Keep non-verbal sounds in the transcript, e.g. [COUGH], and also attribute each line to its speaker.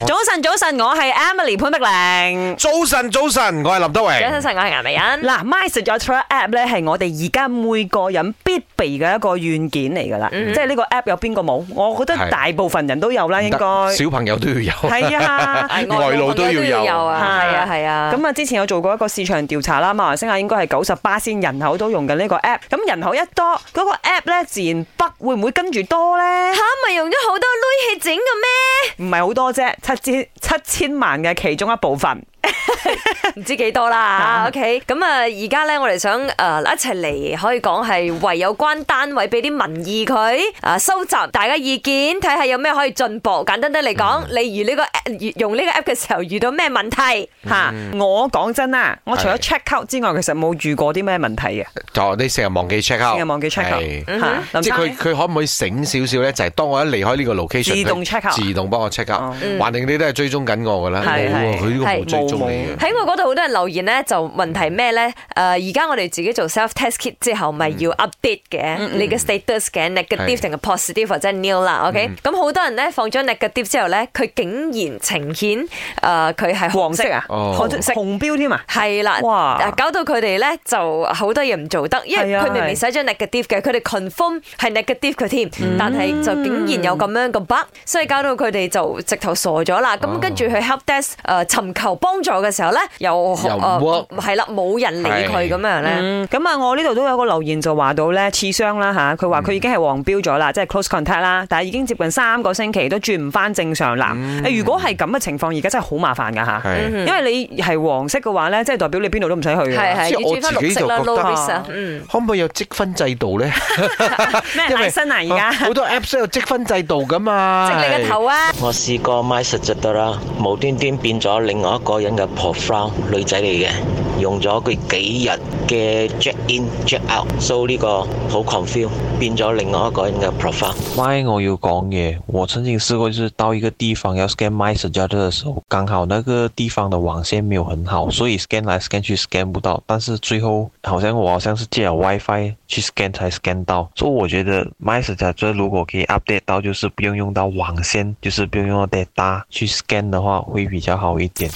Speaker 1: 早晨，早晨，我係 Emily 潘碧玲。
Speaker 2: 早晨，早晨，我係林德榮。
Speaker 3: 早晨，晨我係顏
Speaker 1: [LAUGHS]
Speaker 3: 美欣。
Speaker 1: 嗱，My s e c u r e App 咧係我哋而家每個人必備嘅一個軟件嚟㗎啦，
Speaker 3: 嗯
Speaker 1: 即係呢個 App 有邊個冇？我覺得
Speaker 2: 係
Speaker 1: 大部分人都有啦，應該
Speaker 2: 小朋友都要有。
Speaker 1: 係 [LAUGHS] 啊。
Speaker 3: 係
Speaker 2: 外勞都要有
Speaker 3: 啊，係啊係啊。
Speaker 1: 咁啊，之前有做過一個市場調查啦，馬來西亞應該係九十八先人口都用緊呢個 app，咁人口一多，嗰、個 app 咧自然北會唔會跟住多 [LAUGHS] 呢？
Speaker 3: 嚇咪用咗好多镭氣整嘅咩？
Speaker 1: 唔
Speaker 3: [LAUGHS]
Speaker 1: 係好多啫，七千七千萬嘅其中一部分。
Speaker 3: 唔知幾多啦，OK。咁啊，而家咧，我哋想誒一齊嚟，可以講係為有關單位俾啲民意佢，啊收集大家意見，睇下有咩可以進步。簡單啲嚟講，例如呢個 app- 用呢個 app 嘅時候遇到咩問題？
Speaker 1: 吓，我講真啦，我除咗
Speaker 2: 係
Speaker 1: check out 之外，其實冇遇過啲咩問題嘅，
Speaker 2: 就你成日忘記 check
Speaker 1: 成
Speaker 2: out，
Speaker 1: 日忘記 check
Speaker 2: 哦
Speaker 1: out
Speaker 2: 係
Speaker 1: 嚇林
Speaker 2: 嗯即係
Speaker 1: 生
Speaker 2: 佢
Speaker 1: 呢
Speaker 2: 佢可唔可以醒少少咧？就係當我一離開呢個 location，
Speaker 1: 自動
Speaker 2: 佢
Speaker 1: check out
Speaker 2: 自動幫我 check
Speaker 1: 哦
Speaker 2: out。橫定你都係追蹤緊我㗎啦。冇
Speaker 1: 係
Speaker 2: 啊
Speaker 1: 係
Speaker 2: 佢呢個冇
Speaker 3: 係
Speaker 2: 追蹤
Speaker 1: 冇
Speaker 2: 你嘅。
Speaker 3: 喺我嗰度好多人留言咧，就問題咩咧？誒、而家我哋自己做 self test kit 之後，咪要 update 嘅、你嘅 status 嘅 negative
Speaker 2: 係
Speaker 3: 定係 positive 或者 nil 啦，OK？咁好、多人咧放咗 negative 之後咧，佢竟然呈現誒佢係
Speaker 1: 黃
Speaker 3: 紅
Speaker 1: 色
Speaker 3: 色。
Speaker 1: 啊，
Speaker 2: 哦
Speaker 1: 紅色紅標添啊，
Speaker 3: 係啦，
Speaker 1: 哇
Speaker 3: 啊搞到佢哋咧就好多嘢唔做得，因為
Speaker 1: 係啊
Speaker 3: 佢明
Speaker 1: 係
Speaker 3: 明寫咗 negative 嘅，佢哋 confirm 係 negative 嘅添，
Speaker 2: 嗯
Speaker 3: 但係就竟然有咁樣嘅 bug，所以搞到佢哋就直頭傻咗啦。
Speaker 2: 哦
Speaker 3: 咁跟住去 help desk 誒尋求幫助嘅時候咧，又呃
Speaker 2: 又唔 work
Speaker 3: 係啦，冇人理佢
Speaker 2: 係
Speaker 3: 咁樣咧。
Speaker 1: 嗯，咁啊，我呢度都有個留言就話到咧刺傷啦吓，佢話
Speaker 2: 嗯
Speaker 1: 佢已經係黃標咗啦，即係 close contact 啦，但係已經接近三個星期都轉唔翻正常啦。誒如果係咁嘅情況，而家真係好麻煩噶吓，
Speaker 2: 嗯係。
Speaker 1: 因為你係黃色嘅話咧，即係代表你邊度都唔使去
Speaker 3: 係
Speaker 1: 嘅，
Speaker 3: 係
Speaker 2: 即
Speaker 3: 要
Speaker 2: 係我
Speaker 3: 轉翻綠色啦
Speaker 2: 自己就覺
Speaker 3: ，low
Speaker 2: 得
Speaker 3: risk 啊
Speaker 1: 啊，
Speaker 3: 嗯。
Speaker 2: 可唔可以有積分制
Speaker 1: [LAUGHS]
Speaker 2: 度咧？
Speaker 1: 咩
Speaker 2: 因為哦
Speaker 1: 賴身啊而家。
Speaker 2: 好多 apps 都有積分制度㗎嘛。
Speaker 3: 即你個頭啊！
Speaker 4: 我試過 My s u g g e t 啦，無端端變咗另外一個人嘅 profile，女仔嚟嘅，用咗佢幾日嘅 check in check out，so 呢個好 confuse，變咗另外一個人嘅 profile。
Speaker 5: My 我有讲耶，我曾经试过，就是到一个地方要 scan My Sejahtera 的时候，刚好那个地方的网线没有很好，所以 scan 来 scan 去 scan 不到。但是最后好像我好像是借了 WiFi 去 scan 才 scan 到。所以我觉得 My Sejahtera 如果可以 update 到，就是不用用到网线，就是不用用到 data 去 scan 的话，会比较好一点。